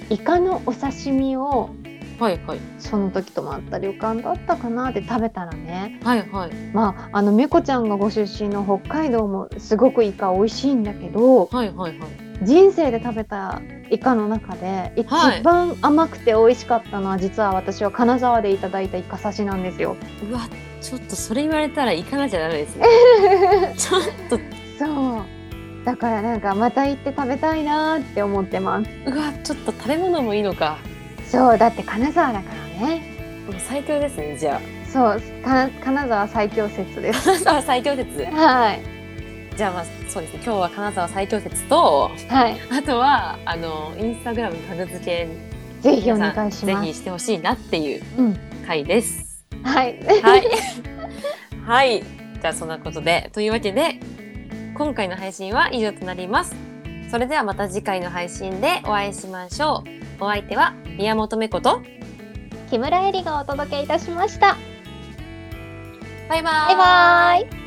イカのお刺身を
はいはい
その時泊まった旅館だったかなって食べたらね
はいはい
まあ、あのめこちゃんがご出身の北海道もすごくイカ美味しいんだけど
はいはいはい
人生で食べたイカの中で一
はい
番甘くて美味しかったのは実は私は金沢でいただいたイカ刺しなんで
(laughs)
すよ。
うわちょっとそれ言われたら行かなきゃダメです (laughs) ねちょっと
そうだからなんかまた行って食べたいなーって思ってます。
うわちょっと食べ物もいいのか
そうだって金沢だからね。
もう最強ですねじゃあ
そうか金沢最強説で
(laughs)
す。
金沢最強説
はい
じゃあまあそうですね今日は金沢最強説と
はい
あとはあのインスタグラムタグ付け
ぜひお
皆
願
さん
いし
ぜ
ま
ひ
す。
してほしいなっていう
うん
回です。 (laughs)
はい
はいはいじゃあそんなことでというわけで今回の配信は以上となります。それではまた次回の配信でお会いしましょう。お相手は宮本芽子と
木村えりがお届けいたしました。
バイバー
バイバイ。